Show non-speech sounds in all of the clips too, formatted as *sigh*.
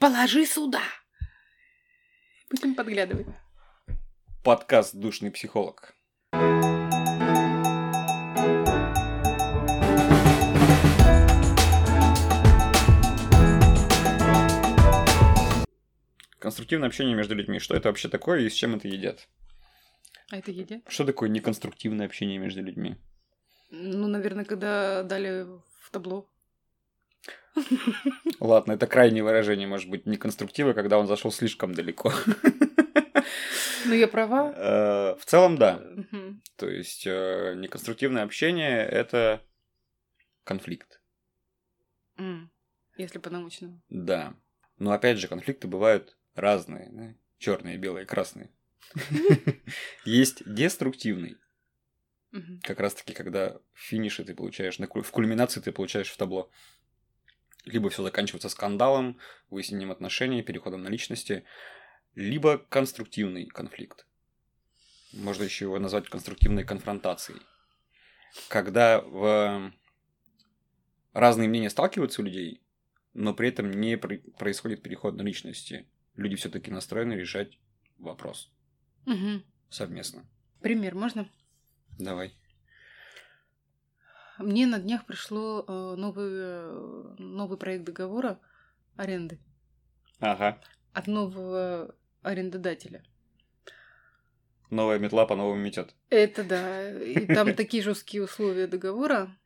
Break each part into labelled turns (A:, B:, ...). A: Положи сюда. Пусть он подглядывает.
B: Подкаст «Душный психолог». Конструктивное общение между людьми. Что это вообще такое и с чем это едят?
A: А это едят?
B: Что такое неконструктивное общение между людьми?
A: Ну, наверное, когда дали в табло.
B: Ладно, это крайнее выражение, может быть, неконструктива, когда он зашел слишком далеко.
A: Ну, я права.
B: *laughs* Э, В целом, да.
A: Мгм.
B: То есть э, неконструктивное общение это конфликт.
A: М. Если по-научному.
B: Да. Но опять же, конфликты бывают разные. Черные, белые, красные. Есть деструктивный,
A: Мгм.
B: как раз таки, когда в финише ты получаешь, на куль- в кульминации ты получаешь в табло. Либо все заканчивается скандалом, выяснением отношений, переходом на личности, либо конструктивный конфликт. Можно еще его назвать конструктивной конфронтацией. Когда в- разные мнения сталкиваются у людей, но при этом не при- происходит переход на личности. Люди все-таки настроены решать вопрос
A: Мгм.
B: совместно.
A: Пример можно?
B: Давай.
A: Мне на днях пришло э, новый, э, новый проект договора аренды
B: Ага.
A: от нового арендодателя.
B: Новая метла по-новому метет.
A: Это да. И там такие жесткие условия договора.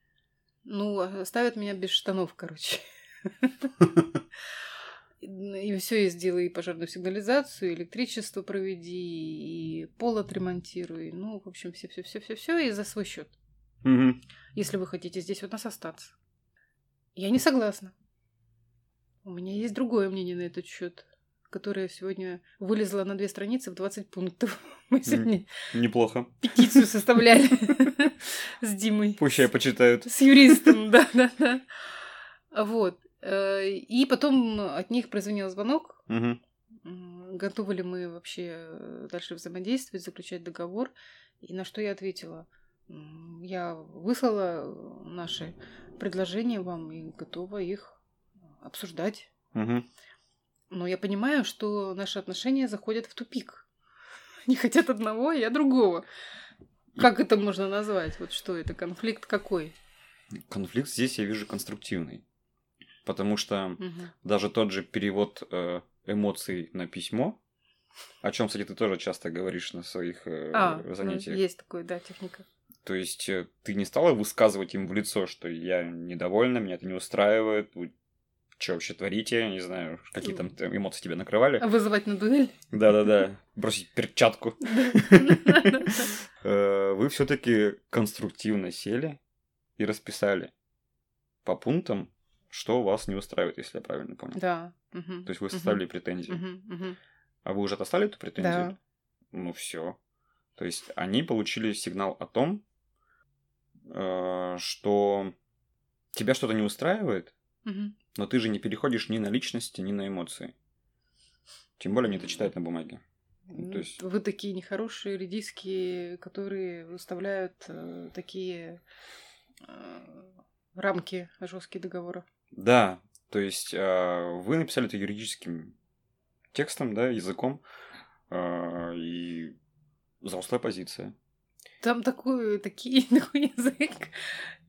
A: Ну, а ставят меня без штанов, короче. И все я сделаю, и пожарную сигнализацию, и электричество проведи, и пол отремонтируй. Ну, в общем, все-все-все-все-все и за свой счет. если вы хотите здесь у нас остаться. Я не согласна. У меня есть другое мнение на этот счет, которое сегодня вылезло на две страницы в 20 пунктов. *laughs* Мы сегодня
B: Неплохо.
A: петицию составляли с Димой.
B: Пусть я почитают.
A: С юристом, да, да, да. Вот. Э, И потом от них прозвенел звонок.
B: Мгм.
A: М, Готовы ли мы вообще э, дальше взаимодействовать, заключать договор? И на что я ответила? М, Я выслала э, наши предложения вам и готова их обсуждать.
B: Мгм.
A: Но я понимаю, что наши отношения заходят в тупик. *laughs* Они хотят одного, а я другого. Как это можно назвать? Вот что это? Конфликт какой?
B: Конфликт здесь я вижу конструктивный. Потому что
A: Мгм.
B: даже тот же перевод э, эмоций на письмо, о чем, кстати, ты тоже часто говоришь на своих э,
A: А, ну,
B: занятиях.
A: есть такое, да, техника.
B: То есть э, ты не стала высказывать им в лицо, что я недовольна, меня это не устраивает, вы что вообще творите, я не знаю, какие
A: Ну.
B: там там эмоции тебя накрывали.
A: А Вызывать на дуэль?
B: Да-да-да, бросить
A: *laughs*
B: перчатку.
A: Да.
B: Э, Вы все таки конструктивно сели и расписали по пунктам, что вас не устраивает, если я правильно понял.
A: Да.
B: То есть вы составили претензии.
A: составили
B: А вы уже отослали эту претензию?
A: Да.
B: Ну все. То есть они получили сигнал о том, э, что тебя что-то не устраивает, но ты же не переходишь ни на личности, ни на эмоции. Тем более они это читают на бумаге. Ну, то есть-
A: Вы такие нехорошие редиски, которые выставляют э, такие э, рамки жесткие договора.
B: Да, то есть э, вы написали это юридическим текстом, да, языком, э, и взрослая позиция.
A: Там такой, такие, *laughs* такой язык.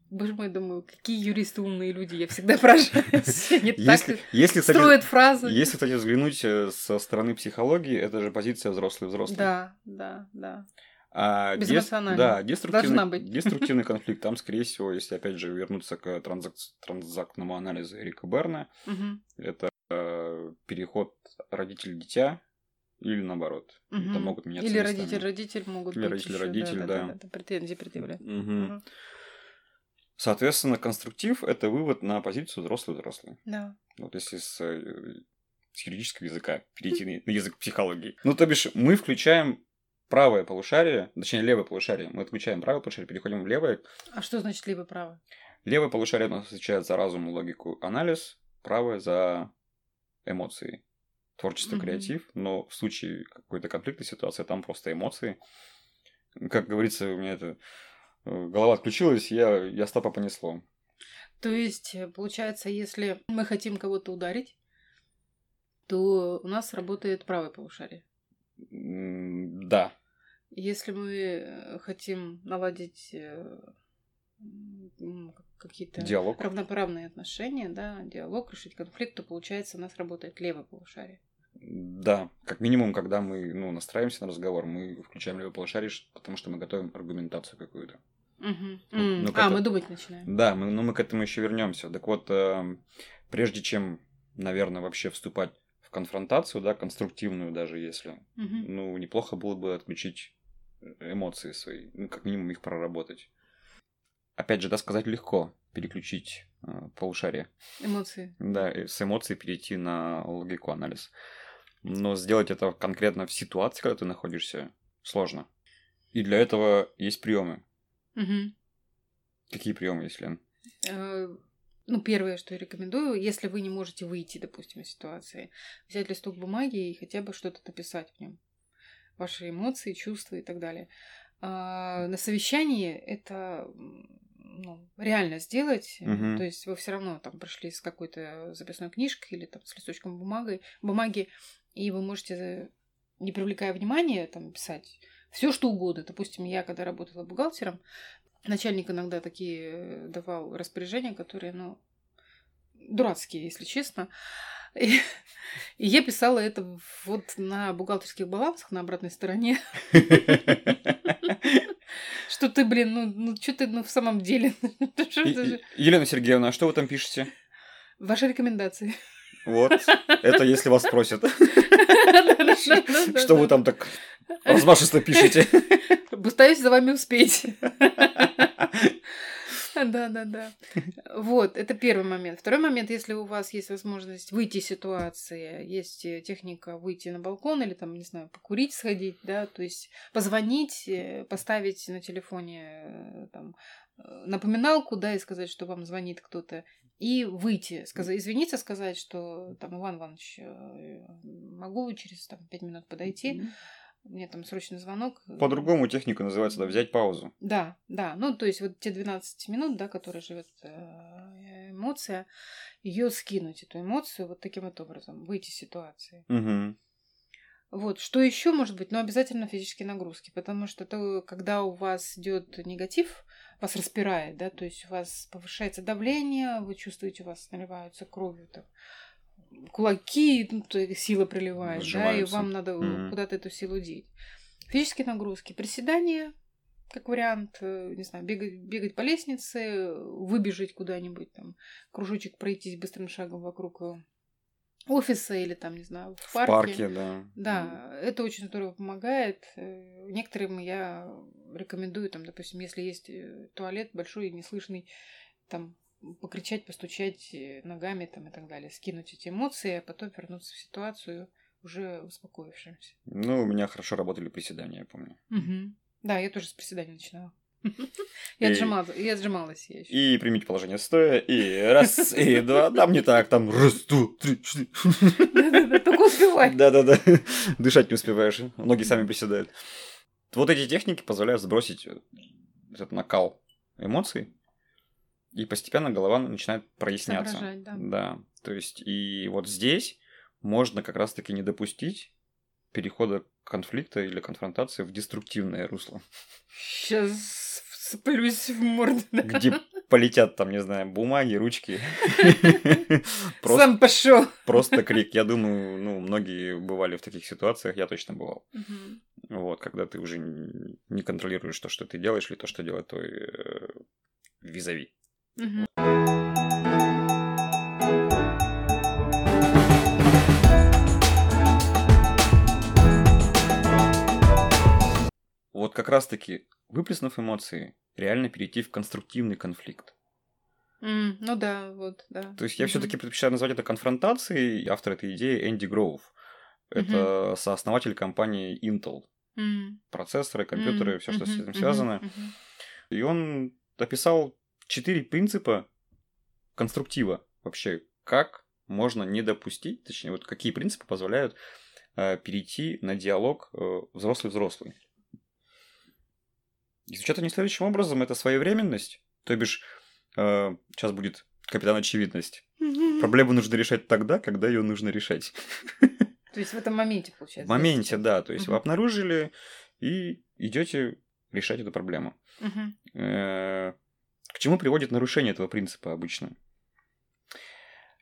A: Боже мой, думаю, какие юристы умные люди, я всегда поражаюсь. Они
B: Если,
A: так
B: если, кстати,
A: строят фразы.
B: если, кстати, взглянуть э, со стороны психологии, это же позиция взрослый-взрослый.
A: Да, да, да.
B: А дес-
A: Безэмоционально.
B: Да, деструктивный,
A: Должна быть. *laughs*
B: деструктивный конфликт. Там, скорее всего, если опять же вернуться к транзак- транзактному анализу Эрика Берна,
A: Мгм,
B: это э, переход родитель-дитя или наоборот.
A: мгм.
B: Это могут меняться
A: Или
B: местами.
A: родитель-родитель могут
B: Или
A: быть
B: родитель-родитель,
A: ещё,
B: да.
A: Претензии предъявляют.
B: Мгм.
A: Мгм.
B: Соответственно, конструктив – это вывод на позицию взрослый-взрослый.
A: Да.
B: Вот если с, э, с юридического языка перейти на на язык психологии. Ну, то бишь, мы включаем правое полушарие, точнее, левое полушарие. Мы отключаем правое полушарие, переходим в левое,
A: А что значит либо право?
B: Левое полушарие у нас отвечает за разум, логику, анализ, правое за эмоции, творчество,
A: Мгм.
B: креатив, но в случае какой-то конфликтной ситуации там просто эмоции. Как говорится, у меня это э, голова отключилась, я, я стопа понесло.
A: То есть, э, получается, если мы хотим кого-то ударить, то у нас работает правое полушарие.
B: М, Да.
A: Если мы э, хотим наладить э, м, какие-то
B: Диалог.
A: равноправные отношения, да, диалог, решить конфликт, то получается у нас работает левое полушарие.
B: Да, как минимум, когда мы ну, настраиваемся на разговор, мы включаем левое полушарие, ш- потому что мы готовим аргументацию какую-то.
A: Мгм.
B: Ну,
A: М,
B: ну,
A: А,
B: как-то-
A: мы думать начинаем.
B: Да, мы, но мы к этому еще вернемся. Так вот, эм, прежде чем, наверное, вообще вступать в конфронтацию, да, конструктивную даже если,
A: Мгм.
B: ну, неплохо было бы отключить э, эмоции свои, ну, как минимум их проработать. Опять же, да, сказать легко, переключить э, полушарие.
A: Эмоции.
B: Да, и с эмоций перейти на логику анализ. Но сделать это конкретно в ситуации, когда ты находишься, сложно. И для этого есть приемы.
A: Мгм.
B: Какие приемы есть, *laughs* Лен?
A: Э, Ну, первое, что я рекомендую, если вы не можете выйти, допустим, из ситуации, взять листок бумаги и хотя бы что-то написать в нем. Ваши эмоции, чувства и так далее. А, на совещании это м, ну, реально сделать.
B: Мгм.
A: То есть вы все равно там пришли с какой-то записной книжкой или там с листочком бумагой, бумаги, и вы можете, не привлекая внимания, там писать все что угодно. Допустим, я когда работала бухгалтером, начальник иногда такие э, давал распоряжения, которые, ну, дурацкие, если честно. *laughs* И, и я писала это вот на бухгалтерских балансах на обратной стороне, *laughs* что ты, блин, ну, ну что ты, ну, в самом деле, *laughs* Что
B: И-
A: ты же-
B: и- Елена Сергеевна, а что вы там пишете?
A: ваши
B: *laughs*
A: *laughs* рекомендации.
B: Вот, это если вас спросят, *laughs*
A: Да-да-да-да-да.
B: что вы там так размашисто пишете.
A: Пытаюсь за вами успеть. Да, да, да. Вот, это первый момент. Второй момент, если у вас есть возможность выйти из ситуации, есть э, техника выйти на балкон или там, не знаю, покурить, сходить, да, то есть позвонить, э, поставить на телефоне э, там э, напоминалку, да, и сказать, что вам звонит кто-то, и выйти, сказать, извиниться, сказать, что там, Иван Иванович, э, могу через там, пять минут подойти, мне там срочный звонок. э,
B: По-другому техника называется, да, взять паузу.
A: Да, да. Ну, то есть вот те 12 минут, да, которые живет э, эмоция, ее скинуть, эту эмоцию, вот таким вот образом, выйти из ситуации.
B: Мгм.
A: Вот, что еще может быть? Ну, обязательно физические нагрузки, потому что то, когда у вас идет негатив, вас распирает, да, то есть у вас повышается давление, вы чувствуете, у вас наливаются кровью там кулаки, ну, то есть сила приливает, да, и
B: Сжимаются.
A: вам надо э,
B: Мгм.
A: куда-то эту силу деть. Физические нагрузки, приседания, как вариант, э, не знаю, бегать, бегать по лестнице, э, выбежать куда-нибудь, там, кружочек пройтись быстрым шагом вокруг э, офиса или там, не знаю, в
B: В
A: парке.
B: парке, да.
A: Да, это очень здорово помогает. Э, Некоторым я рекомендую, там, допустим, если есть э, туалет большой и неслышный, там, покричать, постучать э, ногами там, и так далее, скинуть эти эмоции, а потом вернуться в ситуацию уже успокоившимся.
B: Ну, у меня хорошо работали приседания, я помню.
A: Да, я тоже с приседания
B: *laughs*
A: начинала. Я
B: И-
A: отжимала- я отжималась я *laughs* еще.
B: И примите положение стоя, и раз, и два, там не так, там раз, два, три, четыре.
A: Только успевай.
B: Да-да-да, *laughs* дышать не успеваешь, ноги сами приседают. Вот эти техники позволяют сбросить э, этот накал эмоций, и постепенно голова начинает проясняться.
A: Соображать, да.
B: Да, то есть и вот здесь можно как раз-таки не допустить перехода конфликта или конфронтации в
A: *laughs*
B: деструктивное русло,
A: Сейчас вспылюсь в морду. *laughs* да.
B: где полетят там, не знаю,
A: *laughs*
B: бумаги, ручки. *laughs* Просто
A: Сам пошел.
B: Просто крик. Я думаю, ну, многие бывали в таких ситуациях, я точно бывал. Вот, когда ты уже н- не контролируешь то, что ты делаешь, или то, что делает твой э, визави. Вот как раз-таки, выплеснув эмоции, реально перейти в конструктивный конфликт.
A: М, Ну да, вот, да.
B: То есть я
A: Мгм.
B: все-таки предпочитаю назвать это конфронтацией, и автор этой идеи Энди Гроув. Это сооснователь компании Intel.
A: М,
B: Процессоры, компьютеры,
A: м,
B: все, что с
A: мгм,
B: этим
A: мгм,
B: связано.
A: мгм.
B: И он описал четыре принципа конструктива вообще, как можно не допустить, точнее, вот какие принципы позволяют э, перейти на диалог э, взрослый-взрослый. Изучат они следующим образом, это своевременность, то бишь, сейчас будет э, капитан очевидность. Проблему нужно решать тогда, когда ее нужно решать.
A: То есть в этом моменте, получается.
B: В моменте, да. То есть вы
A: Мгм.
B: обнаружили и идете решать эту проблему.
A: Мгм.
B: Э, К чему приводит нарушение этого принципа обычно?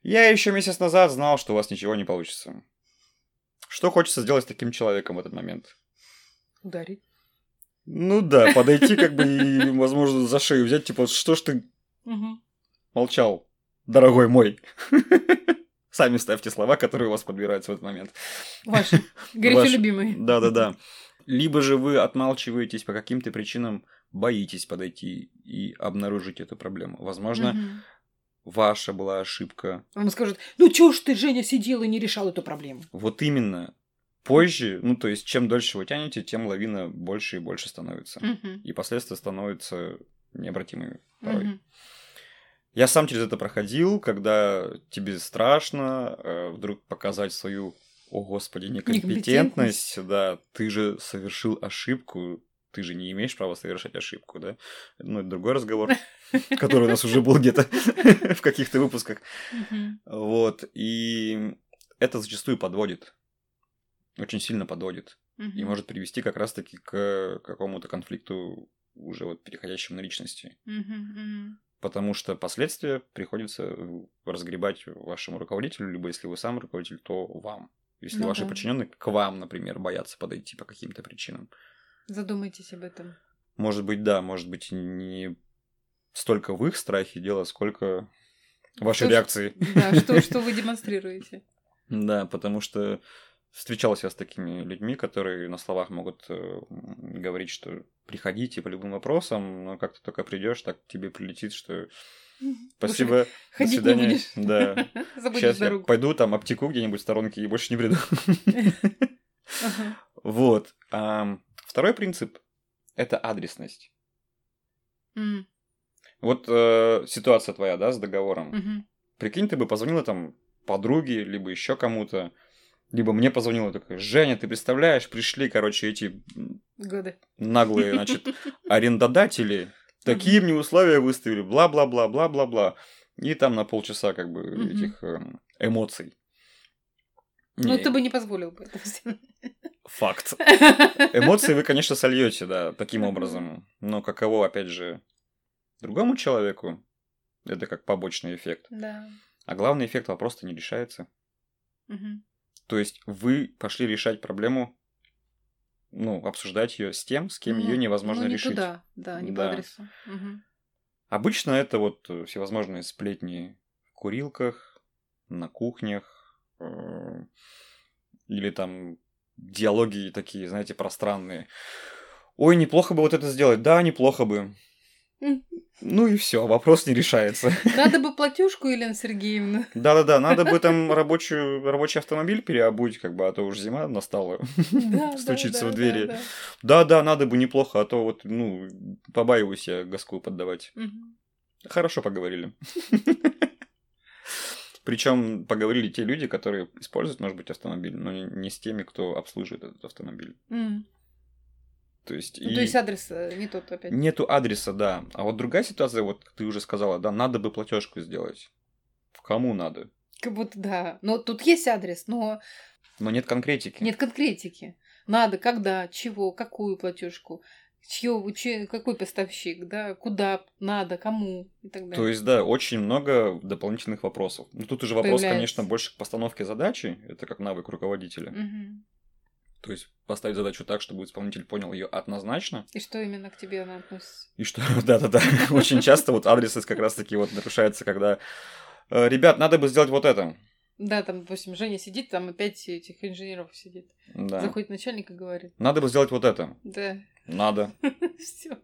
B: Я еще месяц назад знал, что у вас ничего не получится. Что хочется сделать с таким человеком в этот момент?
A: Ударить.
B: Ну да, подойти как бы и, возможно, за шею взять, типа, что ж ты
A: Мгм.
B: молчал, дорогой мой. Сами ставьте слова, которые у вас подбираются в этот момент. *laughs*
A: Ваши. Горячо
B: Ваши.
A: любимые.
B: Да-да-да. Либо же вы отмалчиваетесь по каким-то причинам, боитесь подойти и обнаружить эту проблему. Возможно,
A: Мгм.
B: ваша была ошибка.
A: Он скажет, ну чё ж ты, Женя, сидел и не решал эту проблему?
B: Вот именно. Позже, ну то есть чем дольше вы тянете, тем лавина больше и больше становится. И последствия становятся необратимыми порой.
A: Мгм.
B: Я сам через это проходил, когда тебе страшно э, вдруг показать свою, о господи, некомпетентность, да, ты же совершил ошибку, ты же не имеешь права совершать ошибку, да? Ну, это другой разговор, который у нас уже был где-то *laughs* в каких-то выпусках.
A: Мгм.
B: Вот, и это зачастую подводит, очень сильно подводит,
A: Мгм.
B: и может привести как раз-таки к какому-то конфликту, уже вот переходящему на личности.
A: Мгм. Мгм.
B: Потому что последствия приходится разгребать вашему руководителю, либо если вы сам руководитель, то вам. Если
A: Ну
B: ваши
A: да.
B: подчиненные к вам, например, боятся подойти по каким-то причинам.
A: Задумайтесь об этом.
B: Может быть, да, может быть, не столько в их страхе дело, сколько вашей
A: Что ж-
B: реакции.
A: Да, что, что вы демонстрируете.
B: Да, потому что встречался я с такими людьми, которые на словах могут э, м, говорить, что приходите по любым вопросам, но как ты только придешь, так тебе прилетит, что спасибо, до
A: Ходить не
B: свидания.
A: будешь. *laughs*
B: Да,
A: Забудешь
B: Сейчас я
A: дорогу.
B: пойду там обтеку где-нибудь в сторонке и больше
A: *laughs*
B: не приду. *laughs*
A: Ага.
B: Вот. Ам, Второй принцип – это адресность.
A: М.
B: Вот э, ситуация твоя, да, с договором.
A: Мгм.
B: Прикинь, ты бы позвонила там подруге, либо еще кому-то, либо мне позвонила такая, Женя, ты представляешь, пришли, короче, эти м,
A: Годы.
B: наглые,
A: *laughs*
B: значит, арендодатели, такие мне условия выставили, бла-бла-бла-бла-бла-бла. И там на полчаса как бы
A: Мгм.
B: этих эм, эмоций.
A: Ну,
B: Не,
A: ты бы не позволил бы это
B: *laughs*
A: всё.
B: Факт.
A: *laughs*
B: Эмоции вы, конечно, сольете, да, таким образом. Но каково, опять же, другому человеку, это как побочный эффект.
A: Да.
B: А главный эффект вопрос-то не решается.
A: Мгм.
B: То есть вы пошли решать проблему, ну, обсуждать ее с тем, с кем
A: Ну,
B: ее невозможно
A: ну, не
B: решить.
A: туда, да, не по
B: Да.
A: адресу. Мгм.
B: Обычно это вот э, всевозможные сплетни в курилках, на кухнях, э, или там диалоги такие, знаете, пространные. Ой, неплохо бы вот это сделать. Да, неплохо бы.
A: Мгм.
B: Ну и все, вопрос не
A: *laughs*
B: решается.
A: Надо бы платежку, Елена
B: *laughs*
A: Сергеевна.
B: Да-да-да, надо бы там рабочую, рабочий автомобиль переобуть, как бы, а то уж зима настала.
A: Да,
B: Стучится
A: да,
B: в
A: да,
B: двери.
A: да.
B: Да-да, надо бы неплохо, а то вот, ну, побаиваюсь я газку поддавать.
A: Мгм.
B: Хорошо поговорили. *laughs* Причем поговорили те люди, которые используют, может быть, автомобиль, но не- не с теми, кто обслуживает этот автомобиль.
A: М.
B: То есть,
A: Ну,
B: и
A: то есть адрес э, не тот опять.
B: нету адреса, да. А вот другая ситуация, вот ты уже сказала, да, надо бы платежку сделать. Кому надо?
A: Как будто да. Но тут есть адрес, но
B: Но нет конкретики.
A: нет конкретики. Надо, когда, чего, какую платежку, чьё, чьё- какой поставщик, да, куда надо, кому и так далее.
B: То есть, да, очень много дополнительных вопросов. Ну, тут уже вопрос,
A: Появляется.
B: конечно, больше к постановке задачи. Это как навык руководителя.
A: Мгм.
B: То есть поставить задачу так, чтобы исполнитель понял ее однозначно,
A: И что именно к тебе она относится?
B: И что, *laughs* да-да-да, очень часто вот адрес как раз-таки вот нарушается, когда э, ребят, надо бы сделать вот это.
A: Да, там, допустим, Женя сидит, там опять этих инженеров сидит.
B: Да.
A: Заходит начальник и говорит.
B: Надо бы сделать вот это.
A: Да,
B: Надо.
A: *laughs* все.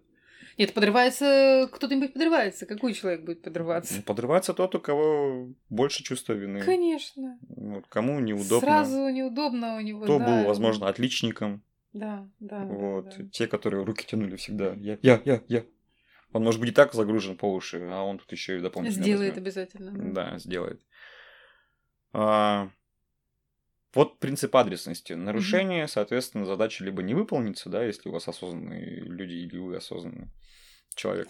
A: Нет, подрывается, э, кто-нибудь подрывается. Какой человек будет подрываться?
B: Ну, Подрывается тот, у кого больше чувства вины.
A: Конечно.
B: Вот кому ну, неудобно.
A: Сразу неудобно у него.
B: Кто
A: да.
B: был, возможно, отличником.
A: Да, да. да,
B: вот.
A: да.
B: Те, которые руки тянули всегда. Я, я, я, я. Он может быть и так загружен по уши, а он тут еще и дополнительно.
A: Сделает
B: возьмёт.
A: обязательно.
B: Да, сделает. А, вот принцип адресности. Нарушение, соответственно, задача либо не выполнится, да, если у вас *laughs* осознанные люди или вы осознанный человек.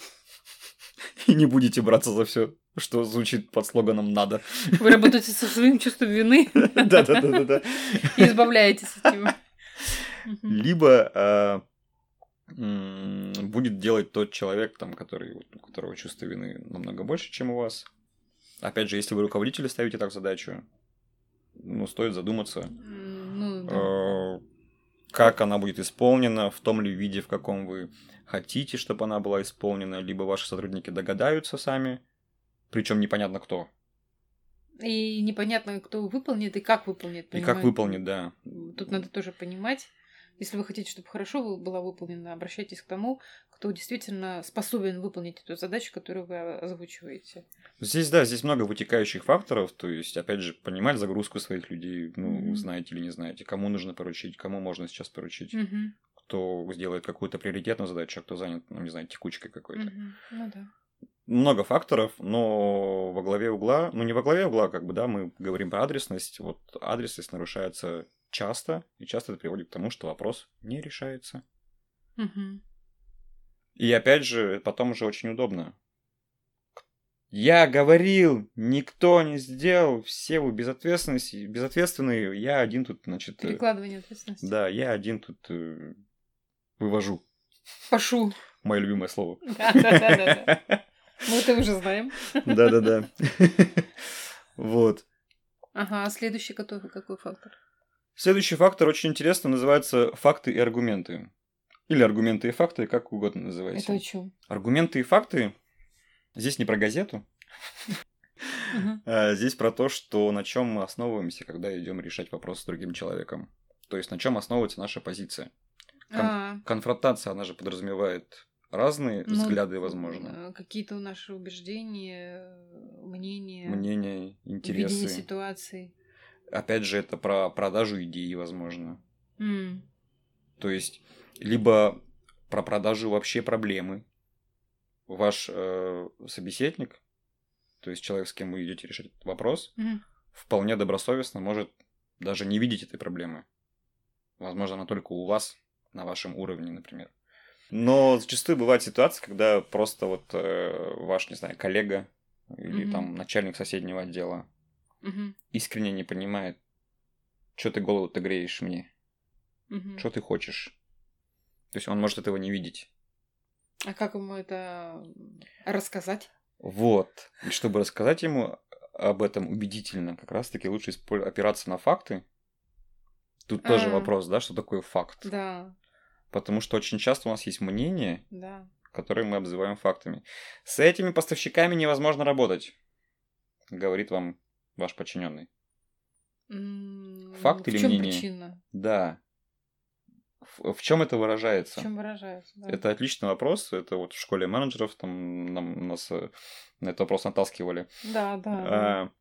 B: И не будете браться за все что звучит под слоганом «надо».
A: Вы работаете со своим чувством вины
B: *laughs* Да-да-да-да-да.
A: и избавляетесь от него. Мгм.
B: Либо а, м, будет делать тот человек, там, который, вот, у которого чувство вины намного больше, чем у вас. Опять же, если вы руководителю ставите так задачу, ну, стоит задуматься,
A: М, Ну, да.
B: э, как она будет исполнена, в том ли виде, в каком вы хотите, чтобы она была исполнена, либо ваши сотрудники догадаются сами, причем непонятно кто,
A: И непонятно, кто выполнит и как выполнит.
B: А. и как
A: понимаете?
B: выполнит, да.
A: Тут надо тоже понимать. Если вы хотите, чтобы хорошо вы- была выполнена, обращайтесь к тому, кто действительно способен выполнить эту задачу, которую вы озвучиваете.
B: Здесь, да, здесь много вытекающих факторов, то есть, опять же, понимать загрузку своих людей, ну,
A: Мгм.
B: знаете или не знаете, кому нужно поручить, кому можно сейчас поручить,
A: Мгм.
B: кто сделает какую-то приоритетную задачу, а кто занят, ну, не знаю, текучкой какой-то.
A: Мгм. Ну да.
B: Много факторов, но во главе угла, ну, не во главе угла, как бы, да, мы говорим про адресность, вот адресность нарушается часто, и часто это приводит к тому, что вопрос не решается.
A: Мгм.
B: И опять же, потом уже очень удобно. Я говорил, никто не сделал, все вы безответственности, безответственные, я один тут, значит... э,
A: Перекладывание ответственности.
B: Да, я один тут э, вывожу.
A: *laughs* Пашу.
B: Мое любимое слово.
A: Да, да, да, да, да. Мы это уже знаем.
B: Да-да-да. *laughs* Вот.
A: Ага, а следующий какой, какой фактор?
B: Следующий фактор очень интересно называется факты и аргументы. Или аргументы и факты, как угодно
A: Это о
B: называйте.
A: чем?
B: Аргументы и факты здесь не про газету,
A: Мгм.
B: А, Здесь про то, что на чем мы основываемся, когда идем решать вопрос с другим человеком. То есть на чем основывается наша позиция. Кон-
A: А,
B: Конфронтация, она же подразумевает разные
A: ну,
B: взгляды, возможно,
A: э, Какие-то наши убеждения, э, мнения,
B: мнения,
A: видение
B: интересы.
A: ситуации.
B: Опять же, это про продажу идеи, возможно.
A: М.
B: То есть либо про продажу вообще проблемы. Ваш э, собеседник, то есть человек, с кем вы идете решать этот вопрос,
A: Мгм.
B: вполне добросовестно может даже не видеть этой проблемы. Возможно, она только у вас, на вашем уровне, например. Но зачастую бывают ситуации, когда просто вот э, ваш, не знаю, коллега или
A: Мгм.
B: там начальник соседнего отдела
A: Мгм.
B: искренне не понимает, что ты голову-то греешь мне,
A: Мгм.
B: что ты хочешь. То есть он может этого не видеть.
A: А как ему это рассказать?
B: Вот. И чтобы рассказать ему об этом убедительно, как раз-таки лучше исполь- опираться на факты. Тут тоже
A: А.
B: вопрос, да, что такое факт?
A: Да,
B: Потому что очень часто у нас есть мнения,
A: да.
B: которые мы обзываем фактами. С этими поставщиками невозможно работать, говорит вам ваш подчиненный.
A: М,
B: Факт или
A: в чем
B: мнение?
A: причина?
B: Да. В, чем это выражается?
A: В чем выражается? да.
B: Это отличный вопрос. Это вот в школе менеджеров там нам, нас э, на этот вопрос натаскивали.
A: Да, да. да.
B: А,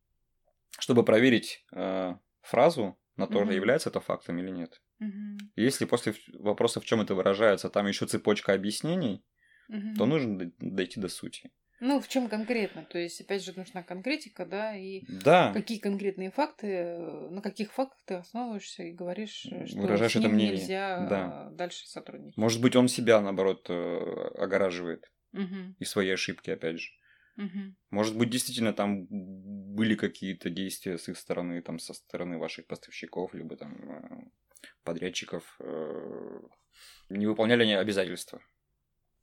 B: чтобы проверить э, фразу на то,
A: Мгм.
B: является это фактом или нет.
A: Мгм,
B: Если после в- вопроса, в чем это выражается, там еще цепочка объяснений,
A: мгм.
B: то ну, нужно д- дойти до сути.
A: Ну, в чем конкретно? То есть, опять же, нужна конкретика, да, и
B: Да,
A: какие конкретные факты, э, на каких фактах ты основываешься и говоришь, э, что
B: Выражаешь
A: с
B: это
A: ним
B: мнение,
A: нельзя
B: да.
A: э, дальше сотрудничать.
B: может быть, он себя, наоборот, э, огораживает
A: Мгм,
B: и свои ошибки, опять же.
A: мгм,
B: Может быть, действительно там были какие-то действия с их стороны, там, со стороны ваших поставщиков, либо там э, подрядчиков. э, Не выполняли они обязательства.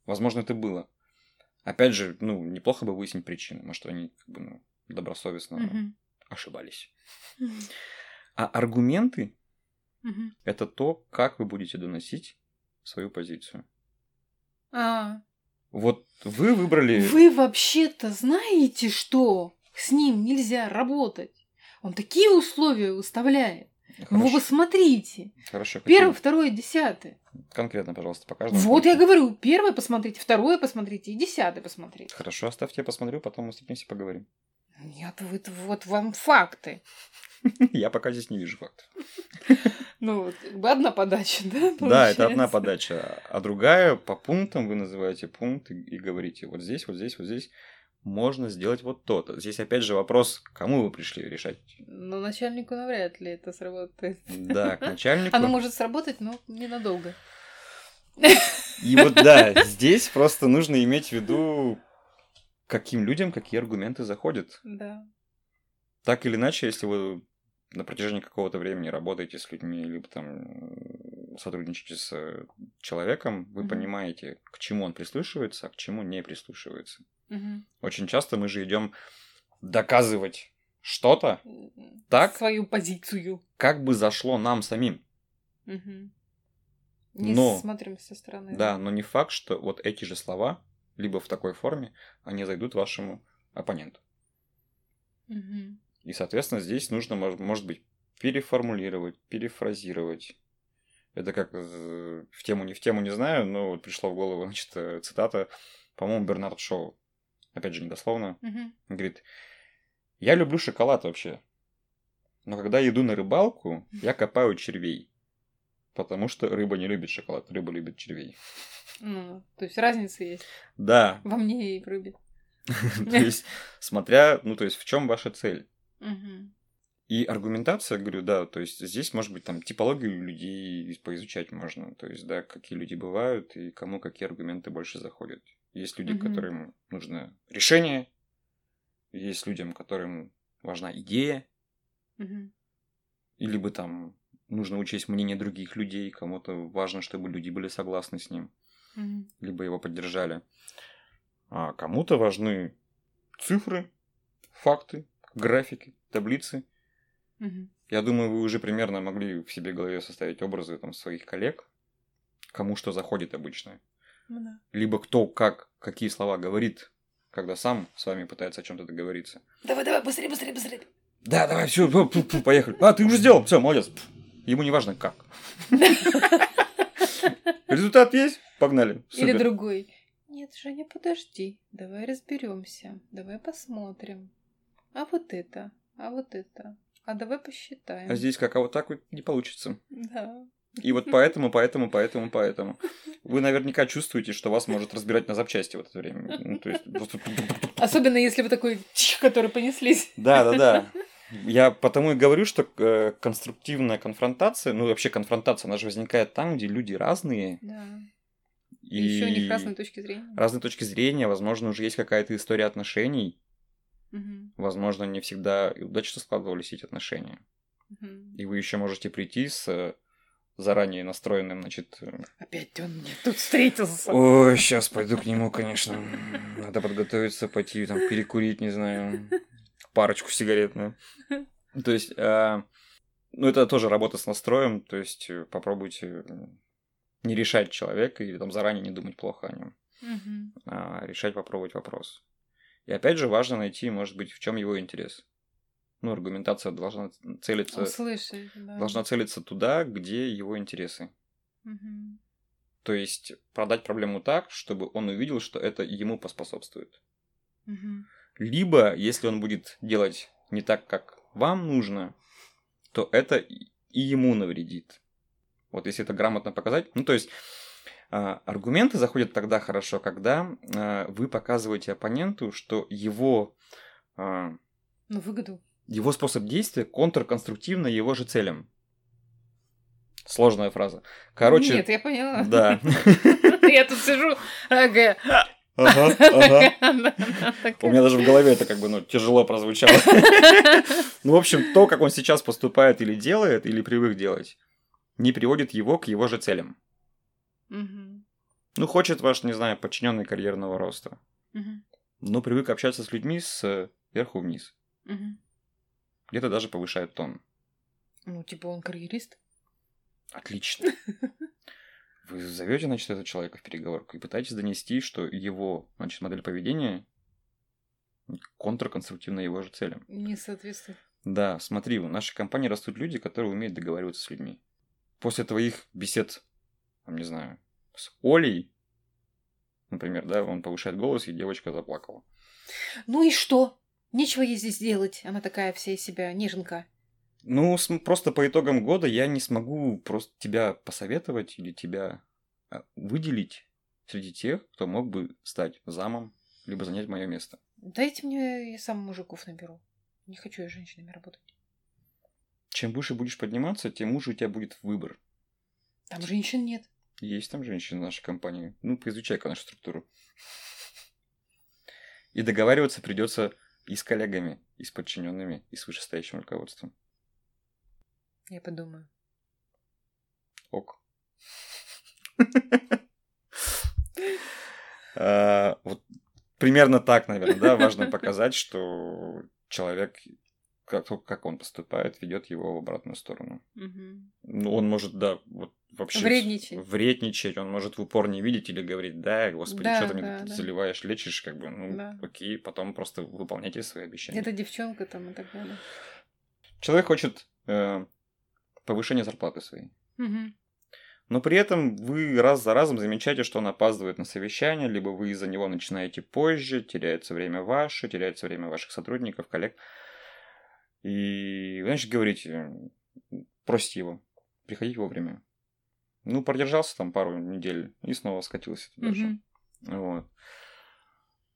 B: Возможно, это было. Опять же, ну, неплохо бы выяснить причины. Может, они как бы, ну,
A: мгм,
B: добросовестно
A: *laughs*
B: ошибались. А аргументы
A: мгм.
B: – это то, как вы будете доносить свою позицию.
A: А,
B: Вот вы выбрали...
A: Вы вообще-то знаете, что с ним нельзя работать? Он такие условия выставляет. Ну вы
B: Хорошо,
A: посмотрите.
B: хорошо, какие?
A: Первое, второе, десятое.
B: Конкретно, пожалуйста, по каждому
A: Вот я
B: пункту.
A: говорю, первое посмотрите, второе посмотрите и десятое посмотрите.
B: Хорошо, оставьте, я посмотрю, потом мы встретимся и
A: *laughs*
B: поговорим.
A: Нет, вот, вот вам факты.
B: Я пока здесь не вижу фактов.
A: Ну, вот, как бы одна подача, *laughs* да?
B: Да, это
A: получается?
B: одна подача. А другая, по пунктам вы называете пункт и, и говорите, вот здесь, вот здесь, вот здесь можно сделать вот то-то. Здесь опять же вопрос, кому вы пришли решать.
A: Но Ну, начальнику навряд ли это сработает. *laughs*
B: Да, к начальнику.
A: Оно может сработать, но ненадолго. *laughs*
B: И вот да, здесь просто нужно иметь в виду каким людям какие аргументы заходят.
A: Да.
B: Так или иначе, если вы на протяжении какого-то времени работаете с людьми, либо там сотрудничаете с э, человеком, вы
A: Мгм.
B: понимаете, к чему он прислушивается, а к чему не прислушивается.
A: Мгм.
B: Очень часто мы же идем доказывать что-то, Так?
A: Свою позицию.
B: как бы зашло нам самим.
A: Мгм. Не
B: Но-
A: смотрим со стороны.
B: Да, но не факт, что вот эти же слова, либо в такой форме, они зайдут вашему оппоненту.
A: Мгм.
B: И, соответственно, здесь нужно, мож- может быть, переформулировать, перефразировать. Это как э, в тему, не в тему, не знаю, но вот пришла в голову, *laughs* значит, э, цитата, по-моему, Бернард Шоу. Опять же, недословно.
A: Мгм.
B: Он говорит, я люблю шоколад вообще, но когда иду на рыбалку, я копаю червей. Потому что рыба не любит шоколад, рыба любит червей.
A: Ну, то есть разница есть
B: Да, *laughs*
A: во мне и в рыбе.
B: то есть, смотря, ну, то есть, в чем ваша цель?
A: Мгм.
B: И аргументация, говорю, да, то есть здесь, может быть, там типологию людей поизучать можно, то есть, да, какие люди бывают и кому какие аргументы больше заходят. Есть люди,
A: Мгм.
B: которым нужно решение, есть людям, которым важна идея,
A: Мгм.
B: и либо там нужно учесть мнение других людей, кому-то важно, чтобы люди были согласны с ним,
A: Мгм.
B: либо его поддержали. А кому-то важны цифры, факты, графики, таблицы,
A: Мгм.
B: Я думаю, вы уже примерно могли в себе голове составить образы там своих коллег, кому что заходит обычно.
A: Ну да.
B: Либо кто как, какие слова говорит, когда сам с вами пытается о чем-то договориться.
A: Давай, давай, быстрее, быстрее, быстрее.
B: Да, давай, все, поехали. А, ты уже сделал, все, молодец. Пф. Ему не важно как. Результат есть? Погнали.
A: Или
B: Супер.
A: другой. Нет, Женя, подожди. Давай разберемся. Давай посмотрим. А вот это, а вот это. А давай посчитаем.
B: А здесь как, а вот так вот не получится.
A: Да.
B: И вот поэтому, поэтому, поэтому, поэтому. Вы наверняка чувствуете, что вас может разбирать на запчасти в это время. Ну, то есть просто
A: Особенно если вы такой, чих, который понеслись.
B: Да, да, да. *laughs* Я потому и говорю, что э, конструктивная конфронтация, ну вообще конфронтация, она же возникает там, где люди разные.
A: Да.
B: И А
A: Еще у них разные точки зрения.
B: разные точки зрения, возможно, уже есть какая-то история отношений,
A: Мгм.
B: возможно, не всегда и удачно складывались эти отношения.
A: Мгм.
B: И вы еще можете прийти с э, заранее настроенным, значит... э,
A: Опять он мне тут встретился.
B: Ой, сейчас пойду к нему, конечно. Надо подготовиться, пойти там перекурить, не знаю, парочку сигаретную. То есть, а, ну это тоже работа с настроем, то есть э, попробуйте э, не решать человека или там заранее не думать плохо о нем,
A: Мгм.
B: а решать попробовать вопрос. И опять же важно найти, может быть, в чем его интерес. Ну, аргументация должна целиться,
A: Услышать, да.
B: э, должна целиться туда, где его интересы.
A: Мгм.
B: То есть продать проблему так, чтобы он увидел, что это ему поспособствует.
A: Мгм.
B: Либо, если он будет делать не так, как вам нужно, то это и и ему навредит. Вот если это грамотно показать. Ну, то есть а, аргументы заходят тогда хорошо, когда а, вы показываете оппоненту, что его, а,
A: Ну, выгоду.
B: его способ действия контрконструктивно его же целям. Сложная фраза. Короче,
A: Нет, я поняла.
B: да.
A: *laughs* Я тут сижу, ага.
B: Ага, ага.
A: *laughs* Да, так.
B: У меня даже в голове это как бы, ну, тяжело прозвучало. *laughs* Ну, в общем, то, как он сейчас поступает или делает, или привык делать, не приводит его к его же целям.
A: Мгм.
B: Ну, хочет ваш, не знаю, подчиненный карьерного роста.
A: Мгм.
B: Но привык общаться с людьми сверху вниз.
A: Мгм.
B: Где-то даже повышает тон.
A: Ну, типа он карьерист.
B: Отлично. Вы зовете, значит, этого человека в переговорку и пытаетесь донести, что его, значит, модель поведения контрконструктивна его же целям.
A: Не соответствует.
B: Да, смотри, в нашей компании растут люди, которые умеют договариваться с людьми. После твоих бесед, там, не знаю, с Олей, например, да, он повышает голос, и девочка заплакала.
A: Ну и что? Нечего ей здесь делать. Она такая вся из себя неженка.
B: Ну, см- просто по итогам года я не смогу просто тебя посоветовать или тебя а, выделить среди тех, кто мог бы стать замом, либо занять мое место.
A: Дайте мне, я сам мужиков наберу. Не хочу я с женщинами работать.
B: Чем выше будешь подниматься, тем уже у тебя будет выбор.
A: Там женщин нет.
B: Есть там женщины в нашей компании. Ну, поизучай-ка нашу структуру. И договариваться придется и с коллегами, и с подчиненными, и с вышестоящим руководством.
A: Я подумаю.
B: Ок. *laughs* А, Вот примерно так, наверное, да, важно показать, что человек, как, то, как он поступает, ведет его в обратную сторону.
A: Мгм.
B: Ну, он может, да, вот вообще...
A: Вредничать.
B: Вредничать, он может в упор не видеть или говорить, да, господи,
A: Да,
B: что ты мне
A: да,
B: тут
A: да.
B: заливаешь, лечишь, как бы, ну,
A: Да.
B: окей, потом просто выполняйте свои обещания.
A: Это девчонка там и так далее.
B: Человек хочет э, повышения зарплаты своей.
A: Мгм.
B: Но при этом вы раз за разом замечаете, что он опаздывает на совещание, либо вы из-за него начинаете позже, теряется время ваше, теряется время ваших сотрудников, коллег. И вы, значит, говорите, м, просите его, приходите вовремя. Ну, продержался там пару недель и снова скатился туда же.
A: Мгм.
B: Вот.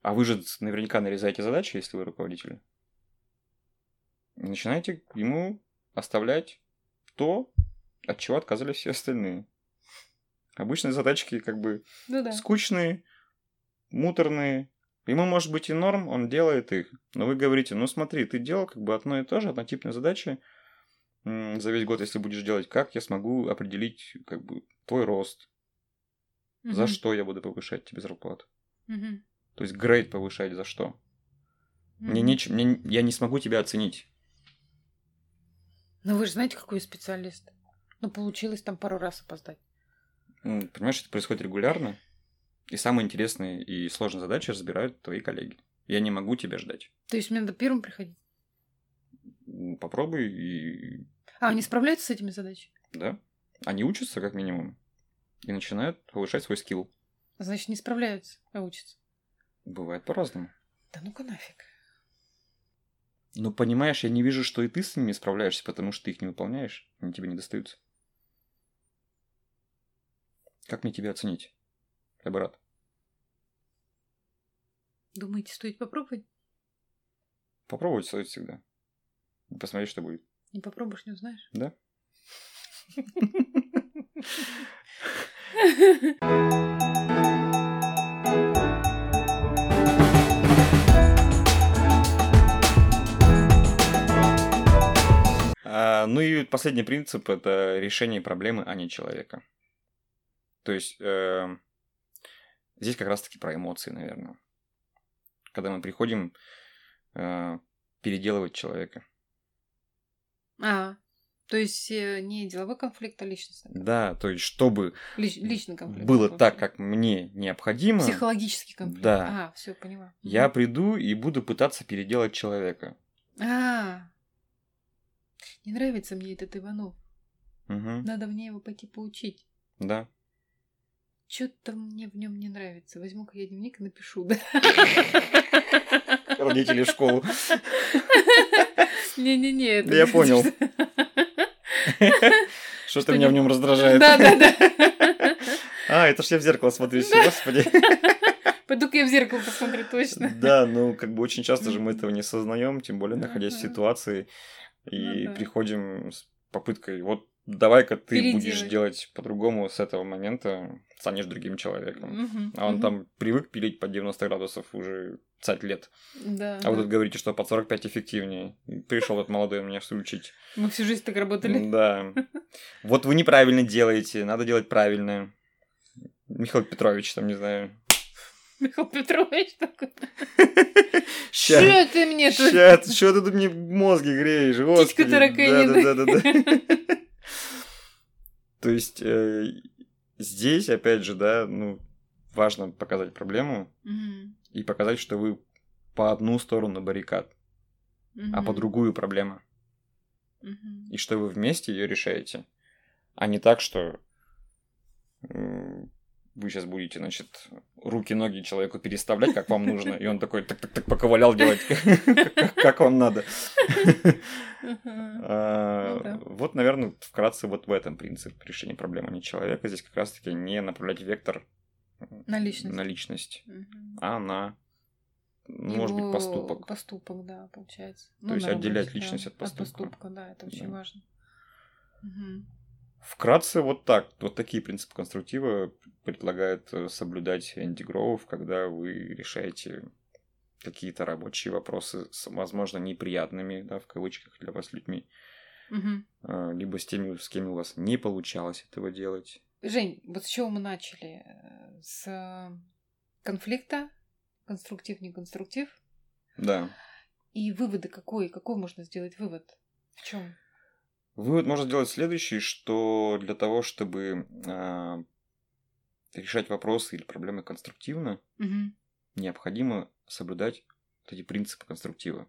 B: А вы же наверняка нарезаете задачи, если вы руководитель. Начинаете ему оставлять то, от чего отказались все остальные. Обычные задачки как бы
A: Ну да.
B: скучные, муторные. Ему может быть и норм, он делает их. Но вы говорите, ну смотри, ты делал как бы одно и то же, однотипные задачи м, за весь год, если будешь делать, как я смогу определить как бы твой рост, за
A: Мгм.
B: что я буду повышать тебе зарплату.
A: Мгм.
B: То есть грейд повышать за что? Мне
A: Мгм.
B: нечем, мне, я не смогу тебя оценить.
A: Ну вы же знаете, какой я специалист. Ну, получилось там пару раз опоздать.
B: М, Понимаешь, это происходит регулярно. И самые интересные и сложные задачи разбирают твои коллеги. Я не могу тебя ждать.
A: То есть мне надо первым приходить.
B: М, Попробуй и...
A: А они справляются с этими задачами?
B: Да. Они учатся, как минимум. И начинают повышать свой скилл.
A: Значит, не справляются, а учатся.
B: Бывает по-разному.
A: Да ну-ка нафиг.
B: Но понимаешь, я не вижу, что и ты с ними справляешься, потому что ты их не выполняешь. Они тебе не достаются. Как мне тебя оценить? Я бы рад.
A: Думаете, стоит попробовать?
B: Попробовать стоит всегда. И Посмотреть, что будет.
A: Не попробуешь, не узнаешь.
B: Да. А, ну и последний принцип это решение проблемы, а не человека. То есть эм, здесь как раз-таки про эмоции, наверное. Когда мы приходим э, переделывать человека.
A: А, то есть э, не деловой конфликт, а личностный.
B: Да, то есть чтобы
A: Лич- личный конфликт.
B: было
A: в общем.
B: так, как мне необходимо,
A: Психологический конфликт.
B: Да.
A: А, ну. все, поняла.
B: я приду и буду пытаться переделать человека.
A: А, не нравится мне этот Иванов.
B: Мгм.
A: Надо мне его пойти поучить. *laughs*
B: Да.
A: Что-то мне в нем не нравится. Возьму-ка я дневник и напишу,
B: *laughs*
A: да.
B: Родители в школу.
A: Не-не-не. это-
B: Я понял. Что-то
A: Что
B: меня в
A: не-
B: нем раздражает.
A: Да-да-да.
B: *laughs* А, это ж я в зеркало смотрю,
A: Да.
B: всё, господи.
A: Пойду-ка я в зеркало посмотрю точно.
B: Да, ну как бы очень часто же мы этого не сознаем, тем более находясь в
A: Ага.
B: ситуации и
A: Ну да.
B: приходим с попыткой вот давай-ка ты будешь
A: Переделать.
B: делать по-другому с этого момента, станешь другим человеком.
A: Мгм,
B: А он
A: мгм.
B: там привык пилить под 90 градусов уже 50 лет.
A: Да.
B: А вы тут говорите, что под 45 эффективнее. Пришел этот молодой меня все учить.
A: Мы всю жизнь так работали.
B: Да. Вот вы неправильно делаете, надо делать правильно. Михаил Петрович, там, не знаю.
A: Михаил Петрович такой.
B: Ща,
A: Что ты мне тут?
B: ща, что ты тут мне мозги греешь? господи,
A: тараканина.
B: да-да-да-да-да. То есть э, здесь, опять же, да, ну, важно показать проблему
A: Мгм,
B: и показать, что вы по одну сторону баррикад, а
A: мгм,
B: по другую проблема.
A: мгм.
B: и что вы вместе ее решаете, а не так, что м, вы сейчас будете, значит, руки-ноги человеку переставлять, как вам нужно, и он такой так-так-так поковалял делать, *laughs* как- как- как вам надо.
A: Ага.
B: А,
A: Ну да.
B: Вот, наверное, вкратце вот в этом принцип решения проблемы не человека. Здесь как раз-таки не направлять вектор м,
A: На личность.
B: на личность,
A: Мгм.
B: а на, ну, может быть,
A: Его
B: поступок.
A: Поступок, да, получается. Ну,
B: То есть отделять личность от поступка.
A: да, это очень
B: Да.
A: важно. Мгм.
B: Вкратце вот так. Вот такие принципы конструктива предлагает э, соблюдать Энди Гроув, когда вы решаете какие-то рабочие вопросы, с, возможно, неприятными, да, в кавычках для вас людьми,
A: Мгм.
B: э, либо с теми, с кем у вас не получалось этого делать.
A: Жень, вот с чего мы начали? Э, С э, конфликта, конструктив, не конструктив.
B: Да.
A: И выводы какой? Какой можно сделать вывод? В чем?
B: Вывод можно сделать следующий, что для того, чтобы э, решать вопросы или проблемы конструктивно, необходимо соблюдать вот эти принципы конструктива.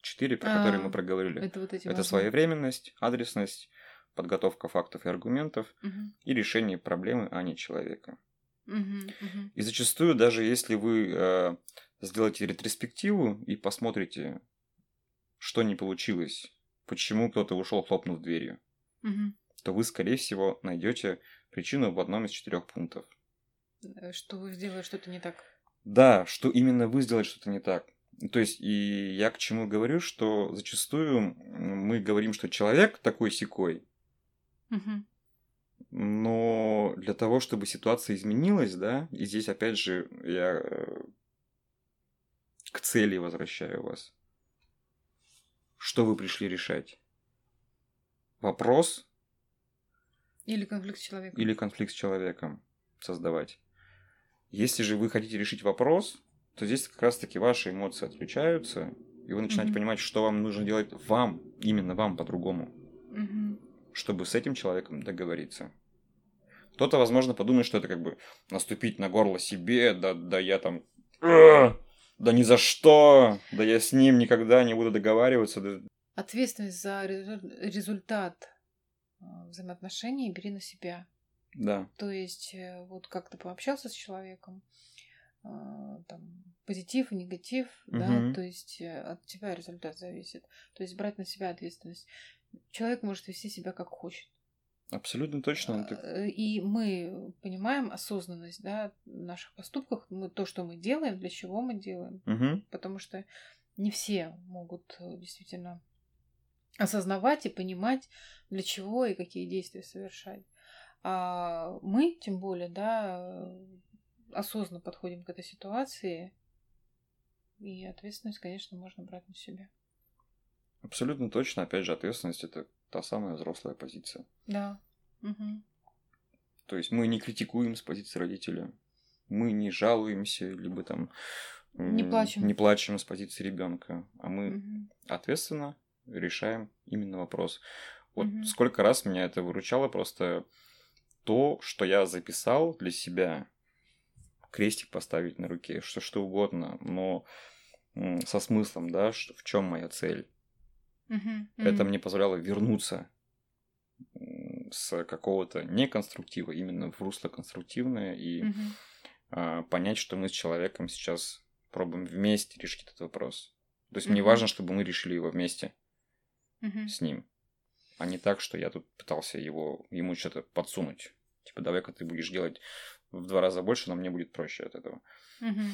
B: Четыре, про которые
A: А,
B: мы проговорили.
A: Это вот эти
B: Это
A: важные.
B: своевременность, адресность, подготовка фактов и аргументов
A: Мгм.
B: и решение проблемы, а не человека.
A: Мгм. Мгм.
B: И зачастую, даже если вы э, сделаете ретроспективу и посмотрите, что не получилось, почему кто-то ушел, хлопнув дверью,
A: Мгм.
B: то вы, скорее всего, найдете причину в одном из четырех пунктов.
A: Э, Что вы сделали что-то не так?
B: Да, что именно вы сделали что-то не так. То есть, и я к чему говорю, что зачастую м, мы говорим, что человек такой секой,
A: Мгм.
B: но для того, чтобы ситуация изменилась, да, и здесь опять же я э, к цели возвращаю вас. Что вы пришли решать? Вопрос
A: Или конфликт с человеком.
B: или конфликт с человеком создавать. Если же вы хотите решить вопрос, то здесь как раз-таки ваши эмоции отключаются, и вы начинаете
A: Мгм.
B: понимать, что вам нужно делать вам, именно вам по-другому,
A: Мгм.
B: чтобы с этим человеком договориться. Кто-то, возможно, подумает, что это как бы наступить на горло себе, да, да я там... «Ugh! Да ни за что! Да я с ним никогда не буду договариваться. да».
A: Ответственность за резу- результат э, взаимоотношений бери на себя.
B: Да.
A: То есть, э, вот как ты пообщался с человеком, э, там, позитив, негатив, да,
B: Мгм.
A: то есть э, от тебя результат зависит. То есть брать на себя ответственность. Человек может вести себя как хочет.
B: Абсолютно точно. он так-
A: Э, И мы понимаем осознанность, да, в наших поступках, мы, то, что мы делаем, для чего мы делаем.
B: Мгм.
A: Потому что не все могут э, действительно осознавать и понимать, для чего и какие действия совершать. А мы, тем более, да, э, осознанно подходим к этой ситуации, и ответственность, конечно, можно брать на себя.
B: Абсолютно точно. Опять же, ответственность – это та самая взрослая позиция.
A: Да. Мгм.
B: То есть мы не критикуем с позиции родителя, мы не жалуемся, либо там м,
A: Не плачем.
B: не плачем с позиции ребенка, а мы
A: Мгм.
B: ответственно решаем именно вопрос. Вот
A: Мгм.
B: сколько раз меня это выручало просто то, что я записал для себя, крестик поставить на руке, что что угодно, но м, со смыслом, да, что, в чем моя цель.
A: Мгм.
B: Это
A: Мгм.
B: мне позволяло вернуться м, с какого-то неконструктива именно в русло конструктивное и
A: Мгм.
B: а, понять, что мы с человеком сейчас пробуем вместе решить этот вопрос. То есть мне
A: Мгм.
B: важно, чтобы мы решили его вместе
A: Мгм.
B: с ним, а не так, что я тут пытался его, ему что-то подсунуть. Типа, давай-ка ты будешь делать в два раза больше, но мне будет проще от этого.
A: Мгм.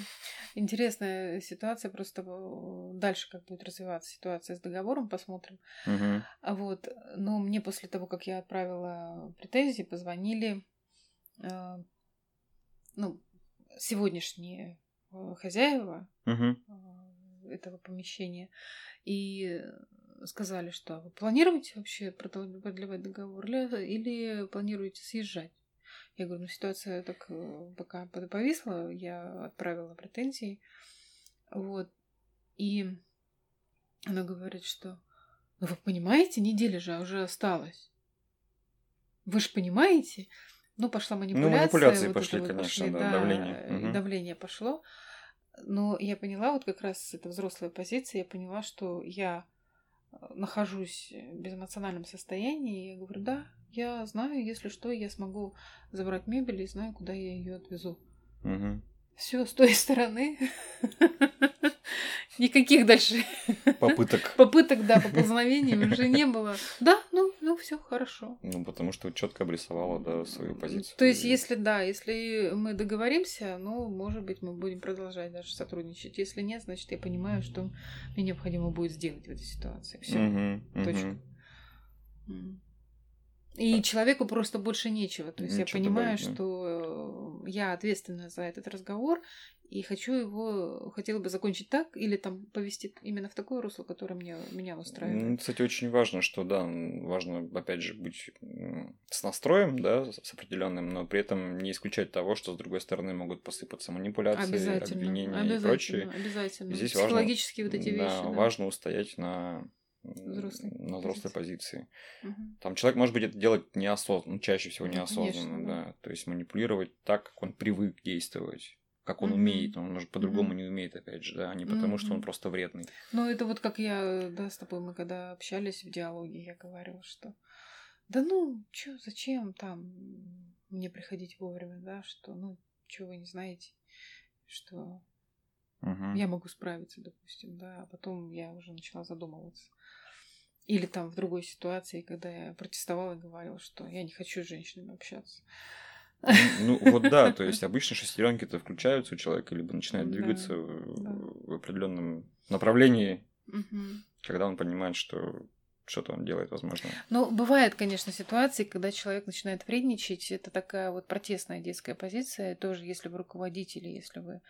A: Интересная ситуация, просто э, дальше как будет развиваться ситуация с договором, посмотрим.
B: Мгм.
A: А Вот, но мне после того, как я отправила претензии, позвонили, э, ну, сегодняшние э, хозяева
B: Мгм.
A: э, этого помещения и сказали, что «А вы планируете вообще продол- продлевать договор ли- или планируете съезжать? Я говорю, ну ситуация так э, пока под- повисла, я отправила претензии, вот, и она говорит, что ну вы понимаете, неделя же уже осталась. Вы же понимаете? Ну, пошла манипуляция.
B: манипуляции
A: вот
B: пошли,
A: эти вот
B: конечно, да, давление.
A: э,
B: Мгм.
A: Давление пошло. Но я поняла, вот как раз это взрослая позиция, я поняла, что я э, нахожусь в безэмоциональном состоянии. Я говорю, да, я знаю, если что, я смогу забрать мебель и знаю, куда я ее отвезу. *laughs*
B: Мгм.
A: Все, с той стороны. *laughs* Никаких дальше
B: Попыток.
A: попыток, да, поползновений уже не было. Да, ну, ну все хорошо.
B: Ну, потому что четко обрисовала, да, свою позицию.
A: То есть,
B: И-
A: если да, если мы договоримся, ну, может быть, мы будем продолжать дальше сотрудничать. Если нет, значит, я понимаю, что мне необходимо будет сделать в этой ситуации. Все.
B: Мгм. Мгм.
A: точка. М. И человеку просто больше нечего. То есть я
B: Нечего
A: понимаю,
B: добавить, да.
A: что э, я ответственна за этот разговор, И хочу его, хотела бы закончить так, или там повести именно в такое русло, которое мне, меня устраивает.
B: Ну, Кстати, очень важно, что да, важно, опять же, быть с настроем, да, с определенным, но при этом не исключать того, что с другой стороны могут посыпаться манипуляции, обвинения
A: обязательно,
B: и прочее.
A: Обязательно.
B: И здесь важно-
A: Психологические вот эти
B: да,
A: вещи. да.
B: важно устоять на
A: Взрослой
B: на взрослой
A: позиции.
B: позиции.
A: Мгм.
B: Там человек может быть это делать неосознанно, ну, чаще всего
A: Ну, конечно,
B: неосознанно,
A: да.
B: да. То есть манипулировать так, как он привык действовать, как он
A: Мгм.
B: умеет, он может по-другому
A: Мгм.
B: не умеет, опять же, да, а не потому, что он
A: Мгм.
B: просто вредный.
A: Ну, это вот как я, да, с тобой мы когда общались в диалоге, я говорила, что да ну, чё, зачем там мне приходить вовремя, да, что, ну, чего вы не знаете, что
B: Мгм.
A: я могу справиться, допустим, да, а потом я уже начала задумываться. Или там в другой ситуации, когда я протестовала и говорила, что я не хочу с женщинами общаться.
B: Ну вот да, то есть обычно шестеренки-то включаются у человека, либо начинают
A: Да,
B: двигаться
A: да.
B: в в определенном направлении,
A: Мгм.
B: когда он понимает, что что-то он делает, возможно.
A: Ну, бывают, конечно, ситуации, когда человек начинает вредничать. Это такая вот протестная детская позиция. Тоже, если вы руководители, если вы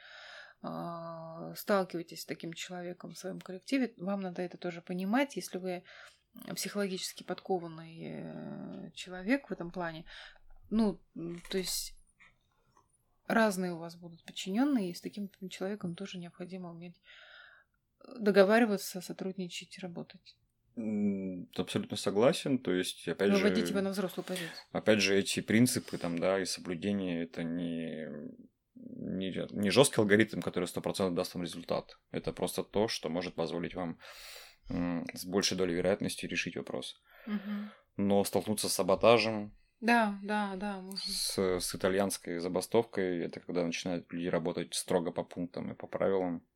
A: а, сталкиваетесь с таким человеком в своем коллективе, вам надо это тоже понимать. Если вы психологически подкованный э, человек в этом плане, ну, м, то есть разные у вас будут подчиненные, и с таким человеком тоже необходимо уметь э, договариваться, сотрудничать, работать.
B: М, Абсолютно согласен, то есть опять же...
A: Выводить его на взрослую позицию.
B: опять же, эти принципы там, да, и соблюдение это не, не, не жесткий алгоритм, который 100% даст вам результат. Это просто то, что может позволить вам м, с большей долей вероятности решить вопрос.
A: Мгм.
B: Но столкнуться с саботажем,
A: Да, да, да, можно.
B: с, с итальянской забастовкой, это когда начинают люди работать строго по пунктам и по правилам.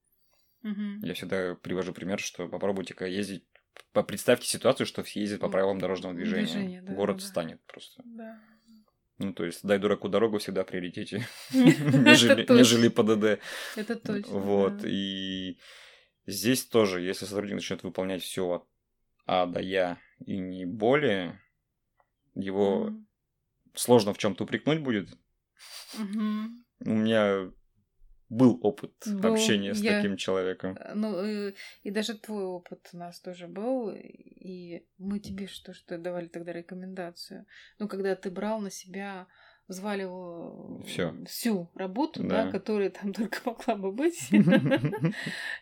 A: Мгм.
B: Я всегда привожу пример, что попробуйте-ка ездить, по- представьте ситуацию, что все ездят по правилам дорожного движения.
A: Движение, да,
B: Город
A: да, да.
B: встанет просто.
A: Да. *laughs*
B: Ну, то есть, дай дураку дорогу всегда в приоритете. *laughs* нежели,
A: Это
B: нежели
A: точно.
B: ПДД.
A: Это точно.
B: Вот,
A: да.
B: и здесь тоже, если сотрудник начнет выполнять все от А до Я и не более, его
A: Мгм.
B: сложно в чем-то упрекнуть будет.
A: Мгм.
B: У меня был опыт
A: Был,
B: общения с
A: я- *laughs*
B: таким человеком. *laughs*
A: Ну, и, и даже твой опыт у нас тоже был, и мы тебе что, что давали тогда рекомендацию. Ну, когда ты брал на себя, взваливал
B: Всё.
A: всю работу,
B: Да.
A: да, которая там *laughs* только могла бы
B: *laughs*
A: быть.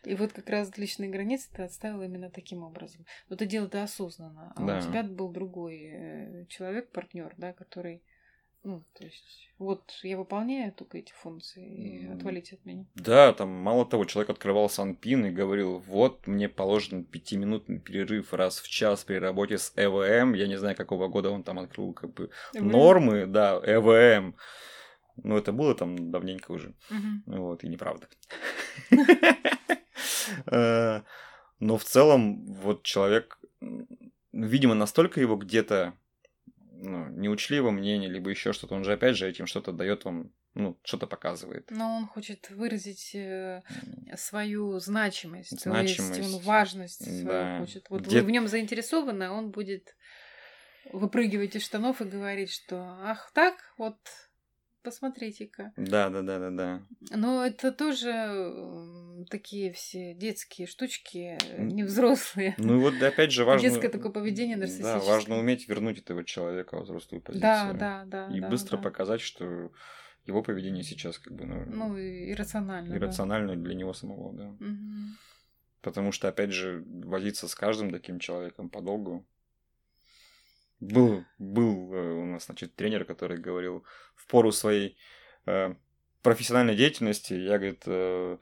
A: И вот как раз личные границы ты отставила именно таким образом. Но ты делал это осознанно. А
B: Да.
A: у тебя был другой э, человек, партнер, да, который, ну, то есть, вот я выполняю только эти функции, и
B: М.
A: отвалите от меня.
B: Да, там мало того, человек открывал санпин и говорил, вот, мне положен пятиминутный перерыв раз в час при работе с ЭВМ. Я не знаю, какого года он там открыл как бы нормы, да, ЭВМ. Ну, это было там давненько уже.
A: Мгм.
B: Вот, и неправда. *laughs* Э, Но в целом, вот человек, м, ну, видимо, настолько его где-то ну, не учли его мнение, либо еще что-то, он же опять же этим что-то дает вам, ну, что-то показывает.
A: Но он хочет выразить э, свою значимость, То есть он
B: Значимость.
A: важность свою
B: Да.
A: хочет. Вот
B: Где-
A: вы в нем заинтересованы, он будет выпрыгивать из штанов и говорить, что ах так, вот посмотрите-ка.
B: Да, да, да, да, да.
A: Но это тоже м, такие все детские штучки, э,
B: М.
A: невзрослые. *laughs*
B: Ну и вот да, опять же важно...
A: Детское такое поведение
B: Да,
A: нарциссическое.
B: важно уметь вернуть этого человека в взрослую позицию.
A: Да, да, да.
B: И
A: да,
B: быстро
A: да.
B: показать, что его поведение сейчас как бы, ну,
A: Ну, и иррационально. да.
B: иррационально для него самого, да.
A: Мгм.
B: Потому что, опять же, возиться с каждым таким человеком подолгу. Был, был э, у нас, значит, тренер, который говорил в пору своей э, профессиональной деятельности, я, говорит, э,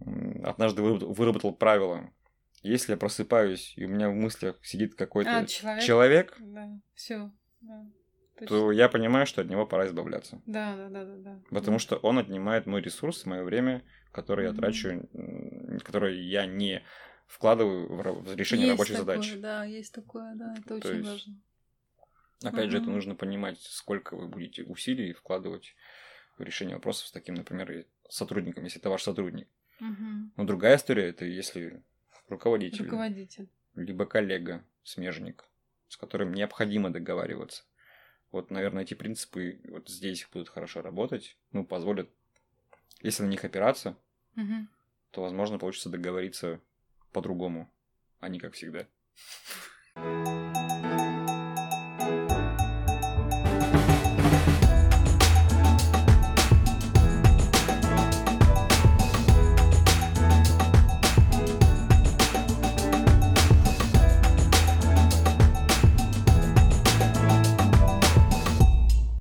B: м, однажды выработ- выработал правило. Если я просыпаюсь, и у меня в мыслях сидит какой-то
A: А, человек.
B: человек,
A: Да, все. Да. Точно.
B: то я понимаю, что от него пора избавляться.
A: да, да, да, да, да.
B: Потому что он отнимает мой ресурс, мое время, которое я
A: Мгм.
B: трачу, м, которое я не вкладываю в ра- в решение
A: Ну, Есть
B: рабочих
A: такое,
B: задач.
A: Да, есть такое, да, это
B: То
A: очень
B: есть-
A: важно.
B: Опять же, это
A: Мгм.
B: нужно понимать, сколько вы будете усилий вкладывать в решение вопросов с таким, например, и сотрудником, если это ваш сотрудник.
A: Мгм.
B: Но другая история это если руководитель,
A: Руководитель.
B: либо коллега, смежник, с которым необходимо договариваться. Вот, наверное, эти принципы вот здесь будут хорошо работать, ну, позволят Если на них опираться,
A: Мгм.
B: то, возможно, получится договориться по-другому, а не как всегда.